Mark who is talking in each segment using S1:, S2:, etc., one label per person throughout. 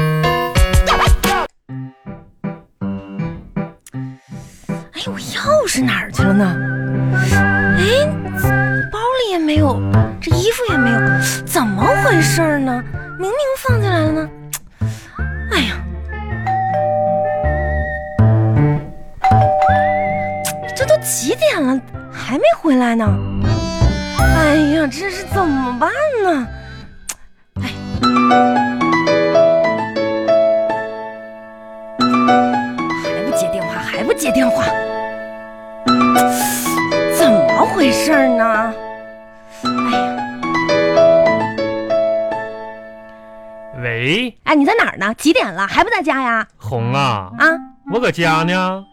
S1: 哎钥匙哪儿去了呢？哎，包里也没有，这衣服也没有，怎么回事呢？明明放进来了呢。哎呀，这都几点了，还没回来呢？哎呀，这是怎么办呢？哎，还不接电话，还不接电话，怎么回事呢？哎呀，
S2: 喂，
S1: 哎，你在哪儿呢？几点了？还不在家呀？
S2: 红啊，
S1: 啊，
S2: 我搁家呢。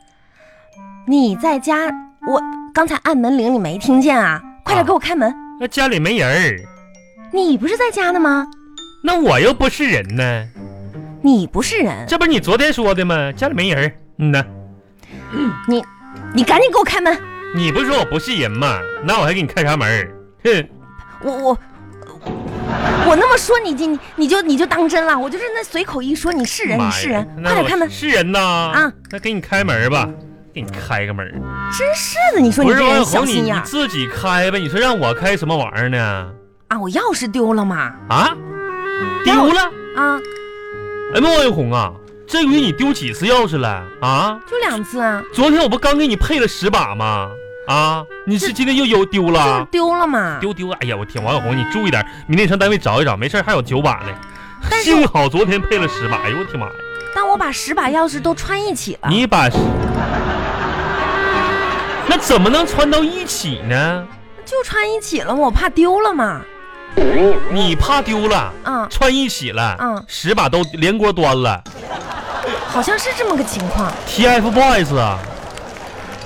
S1: 你在家？我刚才按门铃，你没听见啊？快点给我开门！
S2: 那家里没人儿，
S1: 你不是在家呢吗？
S2: 那我又不是人呢。
S1: 你不是人，
S2: 这不是你昨天说的吗？家里没人儿。嗯呐，
S1: 你赶紧给我开门！
S2: 你不是说我不是人吗？那我还给你开啥门儿？哼，
S1: 我我我那么说你就你你就你就当真了，我就是那随口一说，你是人
S2: 妈
S1: 你
S2: 呀
S1: 是人，
S2: 那
S1: 快点
S2: 我
S1: 开门！
S2: 是人呐。
S1: 啊，
S2: 那给你开门儿吧，给你开个门儿。
S1: 真是的，你说你
S2: 不
S1: 这
S2: 是
S1: 人
S2: 王
S1: 小
S2: 红，你
S1: 心眼
S2: 你
S1: 儿
S2: 自己开呗。你说让我开什么玩意儿呢？
S1: 啊！我钥匙丢了嘛
S2: 啊，丢了。
S1: 啊，
S2: 哎妈呀，红啊，这回你丢几次钥匙了啊？
S1: 就两次啊，
S2: 昨天我不刚给你配了十把吗？啊，你是今天又又丢
S1: 就是
S2: 了？
S1: 丢了嘛。
S2: 丢丢！哎呀，我天，王小红，你注意点，明天上单位找一找，没事儿还有九把呢。
S1: 但是
S2: 幸好昨天配了十把，哎呦我天妈呀！
S1: 但我把十把钥匙都穿一起了，
S2: 你把那怎么能穿到一起呢？
S1: 就穿一起了嘛，我怕丢了嘛。
S2: 你怕丢了，
S1: 啊，
S2: 穿一起了，
S1: 嗯
S2: 十把都连锅端了。
S1: 好像是这么个情况。
S2: TFBOYS 啊，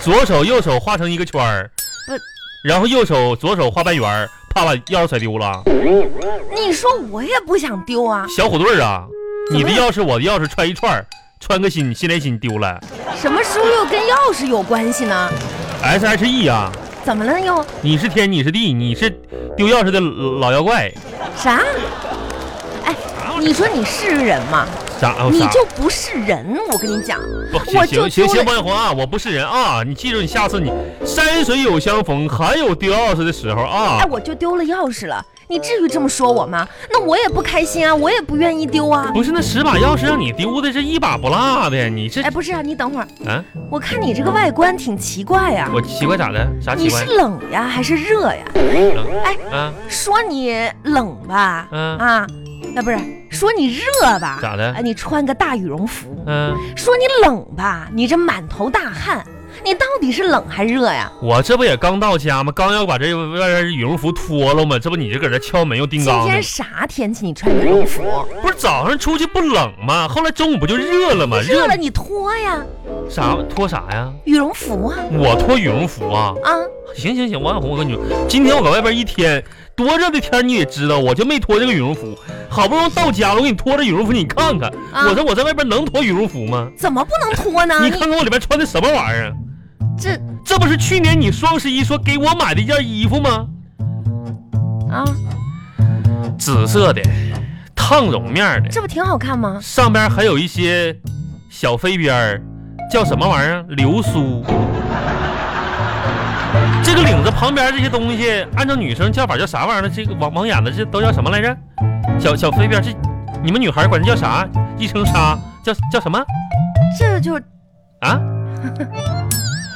S2: 左手右手画成一个圈儿
S1: 不，
S2: 然后右手左手画半圆儿，怕把钥匙甩丢了。
S1: 你说我也不想丢啊，
S2: 小虎队儿啊，
S1: 怎么
S2: 你的钥匙我的钥匙串一串儿，穿个心心连心丢了。
S1: 什么时候又跟钥匙有关系呢？
S2: S H E 啊，
S1: 怎么了又？
S2: 你是天你是地，你是丢钥匙的老妖怪。
S1: 啥？哎，你说你是人吗？
S2: 啥？哦
S1: 你
S2: 啥
S1: 就不是人，我跟你讲，
S2: 不
S1: 我
S2: 行
S1: 就
S2: 行行
S1: 丢了
S2: 行，王小红啊，我不是人啊！你记住，你下次你山水有相逢，还有丢钥匙的时候啊
S1: 哎，！我就丢了钥匙了。你至于这么说我吗？那我也不开心啊，我也不愿意丢啊。
S2: 不是那十把钥匙让你丢的，这一把不落的，你这
S1: 哎，不是啊，你等会儿，
S2: 啊？
S1: 我看你这个外观挺奇怪呀、
S2: 我奇怪咋的？啥奇
S1: 你是
S2: 怪？
S1: 冷呀还是热呀？哎
S2: 啊，
S1: 说你冷吧，
S2: 嗯
S1: 啊，啊不是，说你热吧，
S2: 咋的
S1: 哎，你穿个大羽绒服。
S2: 嗯、
S1: 说你冷吧，你这满头大汗，你到底是冷还热呀？
S2: 我这不也刚到家吗？刚要把这外边羽绒服脱了吗？这不你就搁这敲门又叮
S1: 今
S2: 当呢
S1: 天？啥天气？你穿羽绒服？
S2: 不是早上出去不冷吗？后来中午不就热了吗？
S1: 热了你脱呀，
S2: 啥脱啥呀？
S1: 羽绒服啊
S2: 我脱羽绒服啊！
S1: 啊！
S2: 行行行，王小红，我跟你说，今天我搁外边一天，多热的天你也知道，我就没脱这个羽绒服。好不容易到家了，我给你脱这羽绒服，你看看，
S1: 啊
S2: 我说我在外边能脱羽绒服吗？
S1: 怎么不能脱呢？
S2: 你看看我里边穿的什么玩意儿？啊
S1: 这
S2: 这不是去年你双十一说给我买的一件衣服吗？
S1: 啊，
S2: 紫色的，烫绒面儿的，
S1: 这不挺好看吗？
S2: 上边还有一些小飞边儿，叫什么玩意儿？流苏。这个领子旁边这些东西，按照女生叫法叫啥玩意儿呢？这个网网眼子这都叫什么来着？小小飞边儿，这你们女孩管这叫啥？一层纱叫叫什么
S1: 这就
S2: 啊？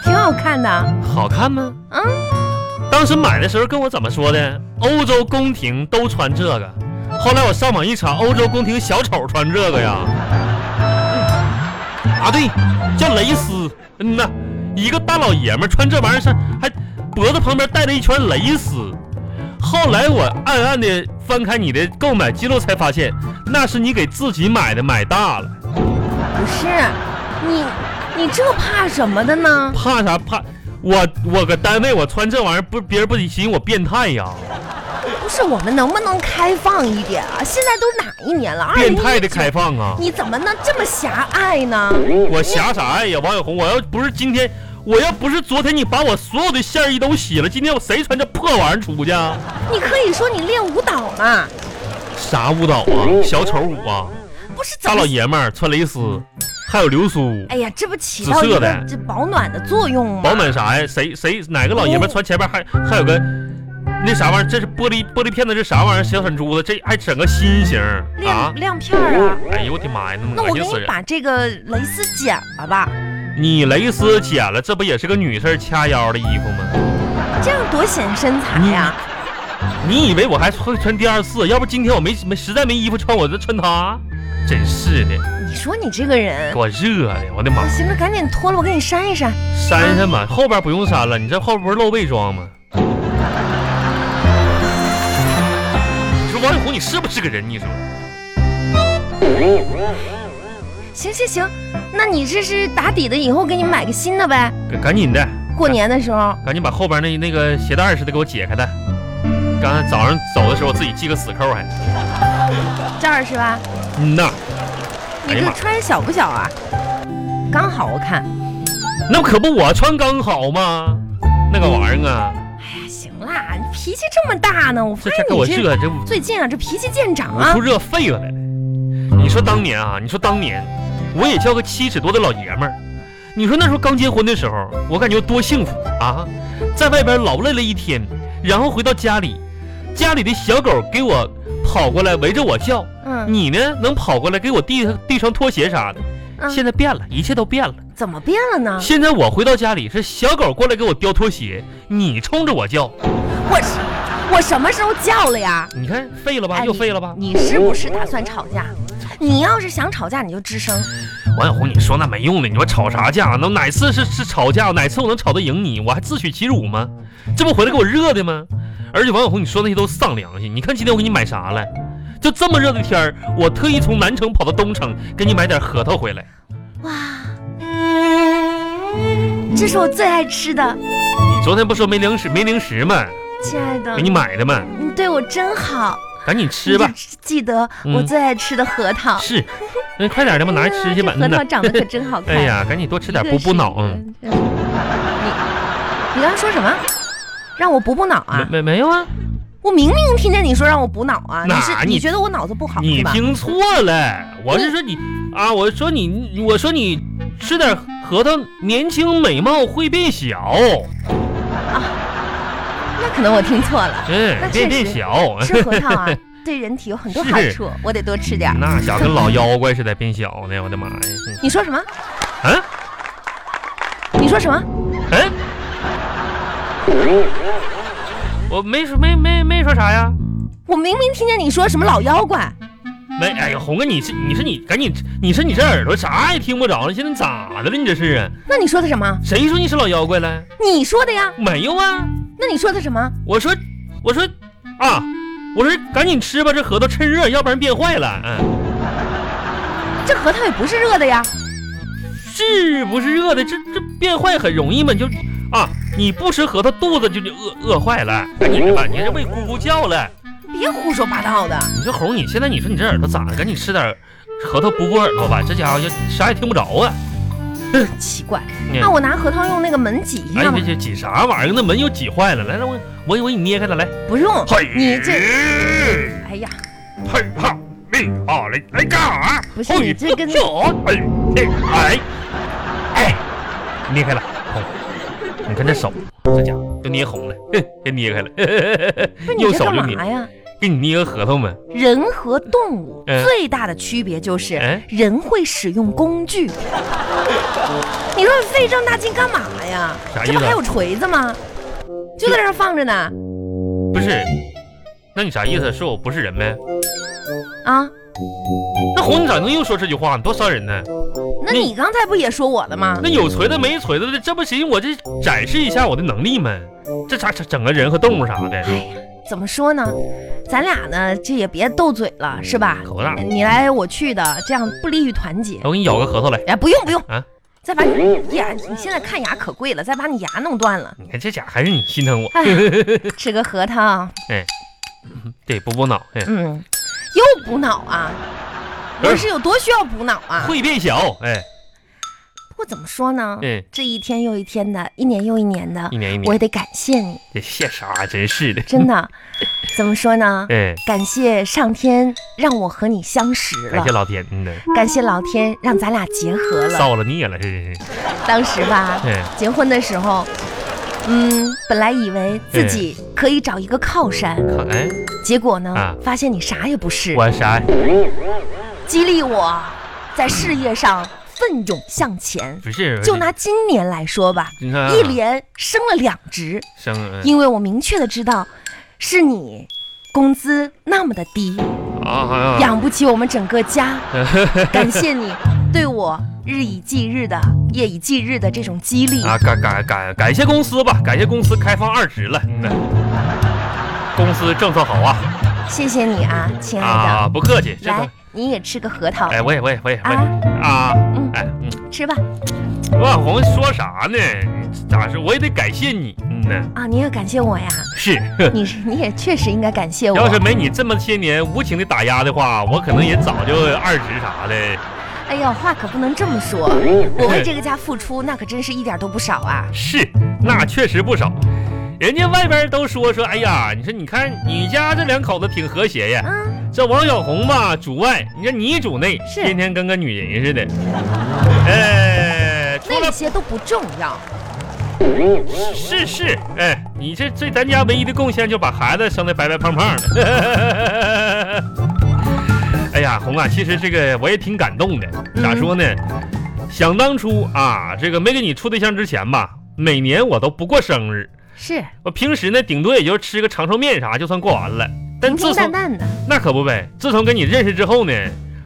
S1: 挺好看的。
S2: 好看吗？
S1: 嗯，
S2: 当时买的时候跟我怎么说的？欧洲宫廷都穿这个。后来我上网一查，欧洲宫廷小丑穿这个呀。啊，对，叫蕾丝。嗯呐，一个大老爷们儿穿这玩意儿上，还脖子旁边带了一圈蕾丝。后来我暗暗的翻开你的购买记录，才发现那是你给自己买的，买大了。
S1: 不是，你你这怕什么的呢？
S2: 怕啥怕？我我搁单位我穿这玩意儿，不别人不得寻我变态呀？
S1: 不是我们能不能开放一点啊？现在都哪一年了？二
S2: 变
S1: 零
S2: 态的开放啊！
S1: 你怎么能这么狭隘呢？
S2: 我狭啥呀，王小红？我要不是今天，我要不是昨天你把我所有的线儿衣都洗了，今天我谁穿这破玩意儿出去啊？
S1: 你可以说你练舞蹈嘛，
S2: 啥舞蹈啊？小丑舞啊？
S1: 不是怎
S2: 大
S1: 么
S2: 老爷们儿穿蕾丝，还有流苏，
S1: 哎呀，这不起到
S2: 紫
S1: 一
S2: 色
S1: 个
S2: 的
S1: 这保暖的作用吗？
S2: 保暖啥呀？谁谁哪个老爷们儿穿前面还还有个那啥玩意儿？这是玻璃玻璃片子，这啥玩意儿？小闪珠子，这还整个心形儿啊
S1: 亮！亮片儿啊！
S2: 哎呦我的妈呀，那
S1: 那我
S2: 恶
S1: 给
S2: 心
S1: 你
S2: 死人！
S1: 把这个蕾丝剪了吧，
S2: 你蕾丝剪了，这不也是个女士掐腰的衣服吗？
S1: 这样多显身材哎啊呀、
S2: 你以为我还会穿第二次？要不今天我没没实在没衣服穿，我就穿它。真是的，
S1: 你说你这个人
S2: 给，我热的，我的妈！
S1: 行了，赶紧脱了，我给你扇一扇。
S2: 删删
S1: 嗯
S2: 吧，后边不用删了，你这后边不是露背装吗？你说王力宏你是不是个人？你说
S1: 行行行，那你这是打底的，以后给你买个新的呗。
S2: 赶赶紧的，
S1: 过年的时候，
S2: 赶紧把后边那那个鞋带似的给我解开它。刚才早上走的时候我自己系个死扣还。
S1: 这儿是吧？
S2: 嗯呐，
S1: 你
S2: 哎呀
S1: 这
S2: 妈
S1: 穿小不小啊？刚好我看，哎
S2: 那可不我穿刚好吗？那个玩意儿啊，
S1: 哎呀，行啦，你脾气这么大呢，我
S2: 这
S1: 发现
S2: 这给我
S1: 你这
S2: 热这捂
S1: 最近啊，这脾气见长
S2: 捂
S1: 啊
S2: 出。热痱子来了。你说当年啊，你说当年我也叫个七尺多的老爷们儿。你说那时候刚结婚的时候，我感觉多幸福啊！在外边劳累了一天，然后回到家里，家里的小狗给我跑过来围着我叫，
S1: 嗯
S2: 你呢能跑过来给我递递双拖鞋啥的。现
S1: 嗯，
S2: 在变了，一切都变了。
S1: 怎么变了呢？
S2: 现在我回到家里是小狗过来给我叼拖鞋，你冲着我叫，
S1: 我是我什么时候叫了呀？
S2: 你看废了吧，
S1: 哎
S2: 又啊废了吧？
S1: 你是不是打算吵架？你要是想吵架，你就吱声。
S2: 王小红，你说那没用的，你说吵啥架？那哪次是是吵架？哪次我能吵得赢你？我还自取其辱吗？这不回来给我热的吗？而且王小红，你说那些都丧良心。你看今天我给你买啥了？就这么热的天儿，我特意从南城跑到东城，给你买点核桃回来。
S1: 哇，这是我最爱吃的，
S2: 你昨天不说没零食没零食吗？
S1: 亲爱的
S2: 给，哎你买的吗？
S1: 你对我真好。
S2: 赶紧吃吧
S1: 你。就记得我最爱吃的核桃。
S2: 是，那快点的吧，拿着吃去吧。
S1: 哎呀这核桃
S2: 嗯呐
S1: 长得可真 好看。
S2: 哎，呀，赶紧多吃点补补脑。嗯，。
S1: 你你刚才说什么？让我补补脑啊！
S2: 没没没有啊？
S1: 我明明听见你说让我补脑啊！
S2: 哪
S1: 你是
S2: 你
S1: 你觉得我脑子不好
S2: 你
S1: 是吧？
S2: 听错了，我是说你啊，我说你，我说你吃点核桃，年轻美貌会变小，
S1: 那可能我听错 了。
S2: 嗯
S1: 那，
S2: 变
S1: 确
S2: 变
S1: 实
S2: 小，
S1: 吃核桃啊，对人体有很多
S2: 是
S1: 好处，我得多吃点儿。
S2: 那小跟老妖怪似的变小呢，我的妈呀！嗯
S1: 你说什么？
S2: 啊，
S1: 你说什么？
S2: 嗯，我没说没没没说啥呀，
S1: 我明明听见你说什么老妖怪，
S2: 没，哎呀，红哥，你是你是你，赶紧，你是你这耳朵啥也听不着了，现在咋的了？你这是啊？
S1: 那你说的什么？
S2: 谁说你是老妖怪了？
S1: 你说的呀？
S2: 没有啊。
S1: 那你说的什么？
S2: 我说，我说，啊，我说赶紧吃吧，这核桃趁热，要不然变坏了。嗯，
S1: 这核桃也不是热的呀。
S2: 是不是热的？这这变坏很容易嘛，你就啊，你不吃核桃，肚子就就饿饿坏了。赶紧的吧，你这胃咕咕叫了。
S1: 别胡说八道的。
S2: 你说红，你现在你说你这耳朵咋的？赶紧吃点核桃补补耳朵吧，这家伙就啥也听不着啊。
S1: 奇怪，
S2: 嗯
S1: 那我拿核桃用那个门挤一
S2: 哎
S1: 下，吗
S2: 这？这挤啥玩意儿？那门又挤坏了。来，让我我我给你捏开它来。
S1: 不用。
S2: 嘿，
S1: 你这，哎呀，
S2: 嘿哈，你啊嘞，哎干啥？
S1: 不是你这跟
S2: 哎哎哎，捏开了，红你看这手，这家伙都捏红了，哼，给捏开了，
S1: 不是你
S2: 右
S1: 这
S2: 手
S1: 干
S2: 就
S1: 嘛
S2: 捏，
S1: 呀？
S2: 给你捏个核桃嘛。
S1: 人和动物
S2: 嗯
S1: 最大的区别就是
S2: 嗯
S1: 人会使用工 具。你说费这么大劲干嘛呀？
S2: 啥意
S1: 这
S2: 思啊
S1: 不还有锤子吗？就在这儿放着呢
S2: 不是，那你啥意思？说我不是人呗？
S1: 啊！
S2: 那红你咋能又说这句话呢？多伤人呢？
S1: 那
S2: 你
S1: 你刚才不也说我了吗？
S2: 那有锤子没锤子的，这不行，我这展示一下我的能力吗？这咋整整个人和动物啥的？
S1: 怎么说呢？咱俩呢，这也别斗嘴了，是吧？
S2: 口大，
S1: 你来我去的，这样不利于团结。
S2: 我给你咬个核桃来。
S1: 哎，不用不用
S2: 哦啊
S1: 再把你牙，你现在看牙可贵了，再把你牙弄断 了，
S2: 你看这家伙还是你心疼我，
S1: 哎，吃个核桃，
S2: 对，补补脑，嗯
S1: 嗯，又补脑啊，
S2: 不是
S1: 我是有多需要补脑啊？
S2: 会变小，哎。
S1: 我我怎么说呢？
S2: 嗯，
S1: 这一天又一天的，一年又一年的
S2: 一，年一
S1: 我也
S2: 年，
S1: 得感谢你，
S2: 这谢啥？真是的，
S1: 真 的。怎么说呢？
S2: 嗯，
S1: 感谢上天让我和你相识
S2: 感
S1: 了
S2: 谢，老天，嗯呐，
S1: 感谢老天让咱俩结合了。
S2: 造了孽了，这是，
S1: 当时吧，
S2: 嗯
S1: 结婚的时候，嗯，本来以为自己可以找一个靠山，
S2: 看，哎，
S1: 结果呢，
S2: 啊
S1: 发现你啥也不是，
S2: 我啥？
S1: 激励我在事业上奋勇向前。
S2: 不是，
S1: 就拿今年来说吧，
S2: 你看啊
S1: 一连升了两职，
S2: 生，嗯
S1: 因为我明确的知道，是你工资那么的低，
S2: 啊，
S1: 养不起我们整个 家。
S2: 啊
S1: 感谢你对我日以继日的、夜以继日的这种激励。
S2: 啊，感感感感谢公司吧，感谢公司开放二职了，嗯呐，公司政策好啊，
S1: 谢谢你啊，亲爱的。
S2: 啊，不客气，这
S1: 来
S2: 个，，
S1: 你也吃个核桃，
S2: 哎，我也我也我也我也
S1: 啊
S2: 啊
S1: 嗯，
S2: 哎，嗯。
S1: 吃吧。
S2: 万红说啥呢？咋是？我也得感谢你，嗯呢，
S1: 啊，你也感谢我呀，
S2: 是。
S1: 你是你也确实应该感谢我。
S2: 要是没你这么些年无情的打压的话，我可能也早就二职啥的。
S1: 哎呦，话可不能这么说，
S2: 嗯
S1: 我为这个家付出那可真是一点都不少啊。
S2: 是，那确实不少。人家外边都说说，哎呀，你说你看你家这两口子挺和谐呀。
S1: 嗯，
S2: 这王小红吧，主外，你看你主内，
S1: 是
S2: 天天跟个女 人似的。哎，除
S1: 那
S2: 了
S1: 些都不重要。
S2: 是是，哎，你这对咱家唯一的贡献就把孩子生的白白胖胖的。 哎呀，红啊，其实这个我也挺感动的。咋说呢？
S1: 嗯
S2: 想当初啊，这个没给你处对象之前吧，每年我都不过生日。
S1: 是
S2: 我平时呢，顶多也就吃个长寿面啥，就算过完了。但
S1: 平
S2: 自
S1: 平淡
S2: 从
S1: 淡的，
S2: 那可不呗，自从跟你认识之后呢，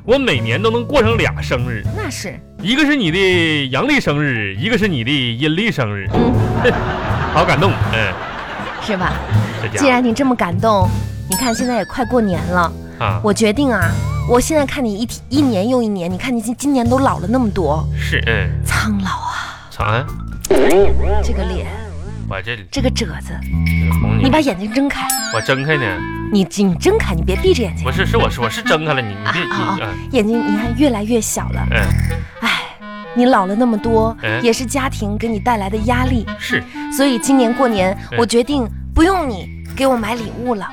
S2: 我每年都能过上俩生日，
S1: 那是
S2: 一个是你的阳历生日，一个是你的阴历生日。
S1: 嗯
S2: 好感动，嗯，
S1: 是吧？
S2: 这家
S1: 既
S2: 伙。
S1: 然你这么感动，你看现在也快过年了，
S2: 啊，
S1: 我决定啊，我现在看你一提一年又一年，你看你今今年都老了那么多，
S2: 是，嗯，
S1: 苍老啊，
S2: 长安，
S1: 这个脸，
S2: 我这里
S1: 这个褶子，
S2: 哄
S1: 你
S2: 你，
S1: 把眼睛睁开，
S2: 我睁开呢，
S1: 你你睁开，你别闭着眼睛。
S2: 不是，是我说我是睁开了，你你别你
S1: 啊
S2: 啊，
S1: 眼睛你看越来越小了，
S2: 嗯，
S1: 哎，你老了那么多，
S2: 嗯
S1: 也是家庭给你带来的压力，
S2: 是
S1: 所以今年过年
S2: 嗯
S1: 我决定不用你给我买礼物了，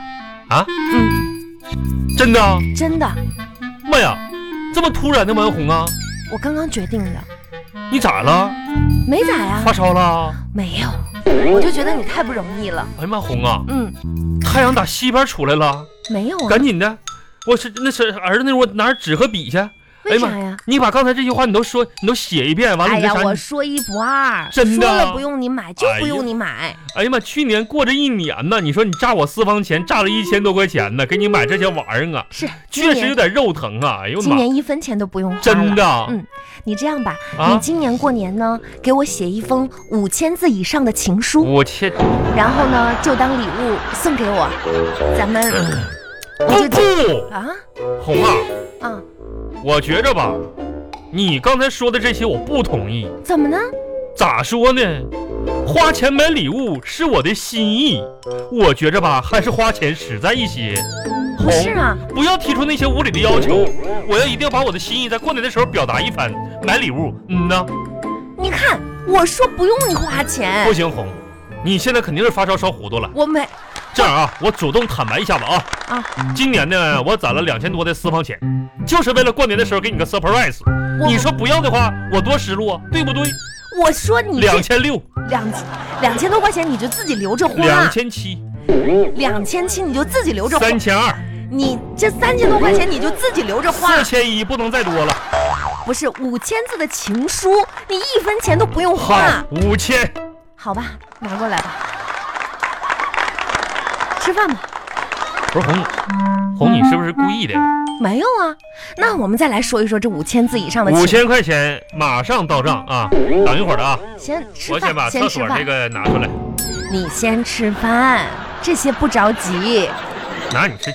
S2: 啊，
S1: 嗯，
S2: 真的啊，
S1: 真的，
S2: 妈呀，这么突然的吗？红啊，
S1: 我刚刚决定的，
S2: 你咋了？
S1: 没咋呀，
S2: 发烧了？
S1: 没有，我就觉得你太不容易了，
S2: 哎呀妈，红啊，
S1: 嗯，
S2: 太阳打西边出来了，
S1: 没有啊，
S2: 赶紧的，我是那是儿子，那我拿纸和笔去，哎
S1: 为
S2: 呀妈
S1: 啥呀？
S2: 你把刚才这句话你都说，你都写一遍，完了
S1: 哎
S2: 你这
S1: 呀，
S2: 啥？
S1: 我说一不二，
S2: 真的
S1: 说了不用你买就
S2: 哎
S1: 不
S2: 呀
S1: 用你买，
S2: 哎呀妈，去年过这一年呢，你说你炸我私房钱，炸了一千多块钱呢，给你买这些玩意儿啊，
S1: 是，今
S2: 确实有
S1: 年
S2: 点肉疼啊！哎呦我的
S1: 今
S2: 妈！
S1: 年一分钱都不用花了，
S2: 真的啊，
S1: 嗯你这样吧，
S2: 啊
S1: 你今年过年呢，给我写一封五千字以上的情书，
S2: 我切，
S1: 然后呢，就当礼物送给我。咱们，
S2: 嗯
S1: 我
S2: 不
S1: 就
S2: 不，
S1: 啊
S2: 红啊，
S1: 啊，
S2: 我觉着吧，你刚才说的这些我不同意。
S1: 怎么呢？
S2: 咋说呢？花钱买礼物是我的心意，我觉着吧，还是花钱实在一些。
S1: 不是啊，
S2: 不要提出那些无理的要求，我要一定要把我的心意在过年的时候表达一番。买礼物，嗯呐，
S1: 你看我说不用你花钱
S2: 不，行，红，你现在肯定是发烧烧糊涂了。
S1: 我没
S2: 这样啊，我主动坦白一下吧啊。
S1: 啊，
S2: 今年呢，我攒了两千多的私房钱，就是为了过年的时候给你个 surprise。
S1: 我
S2: 你说不要的话，我多失落，对不对？
S1: 我说你这
S2: 两千六，
S1: 两两千多块钱你就自己留着花
S2: 两，千七，
S1: 两千七你就自己留着花，
S2: 三千二，
S1: 你这三千多块钱你就自己留着花
S2: 四，千一，不能再多了。
S1: 不是五千字的情书，你一分钱都不用
S2: 好
S1: 花。，
S2: 五千，
S1: 好吧，拿过来吧。吃饭吧？
S2: 不是红，红你是不是故意的？
S1: 没有啊。那我们再来说一说这五千字以上的
S2: 五
S1: 情。
S2: 千块钱马上到账啊！等一会儿了啊，
S1: 先吃
S2: 我
S1: 饭，
S2: 先把厕
S1: 吃
S2: 所
S1: 饭。
S2: 这个拿出来。
S1: 你先吃饭，这些不着急，
S2: 拿你这，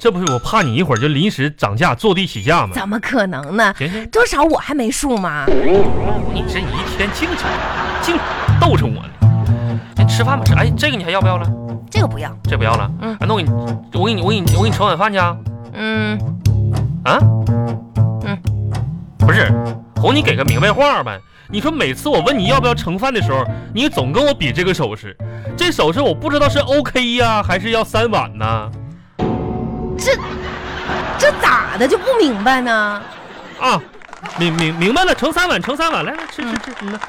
S2: 这不是我怕你一会儿就临时涨价坐地起价吗？
S1: 怎么可能呢？
S2: 行行，
S1: 多少我还没数吗？
S2: 你这一天净扯，净逗着我呢。哎吃饭吧，吃。哎，这个你还要不要了？
S1: 这个不要。
S2: 这不要了。
S1: 嗯
S2: 啊，那我给你，我给你，我给你，我给你盛碗饭去啊。
S1: 嗯，
S2: 啊？
S1: 嗯，
S2: 不是，红，你给个明白话呗。你说每次我问你要不要盛饭的时候，你总跟我比这个手势，这手势我不知道是 OK 呀、还是要三碗呢？
S1: 这咋的就不明白呢？
S2: 啊，明明明白了，盛三碗，盛三碗，来来吃吃吃，嗯呐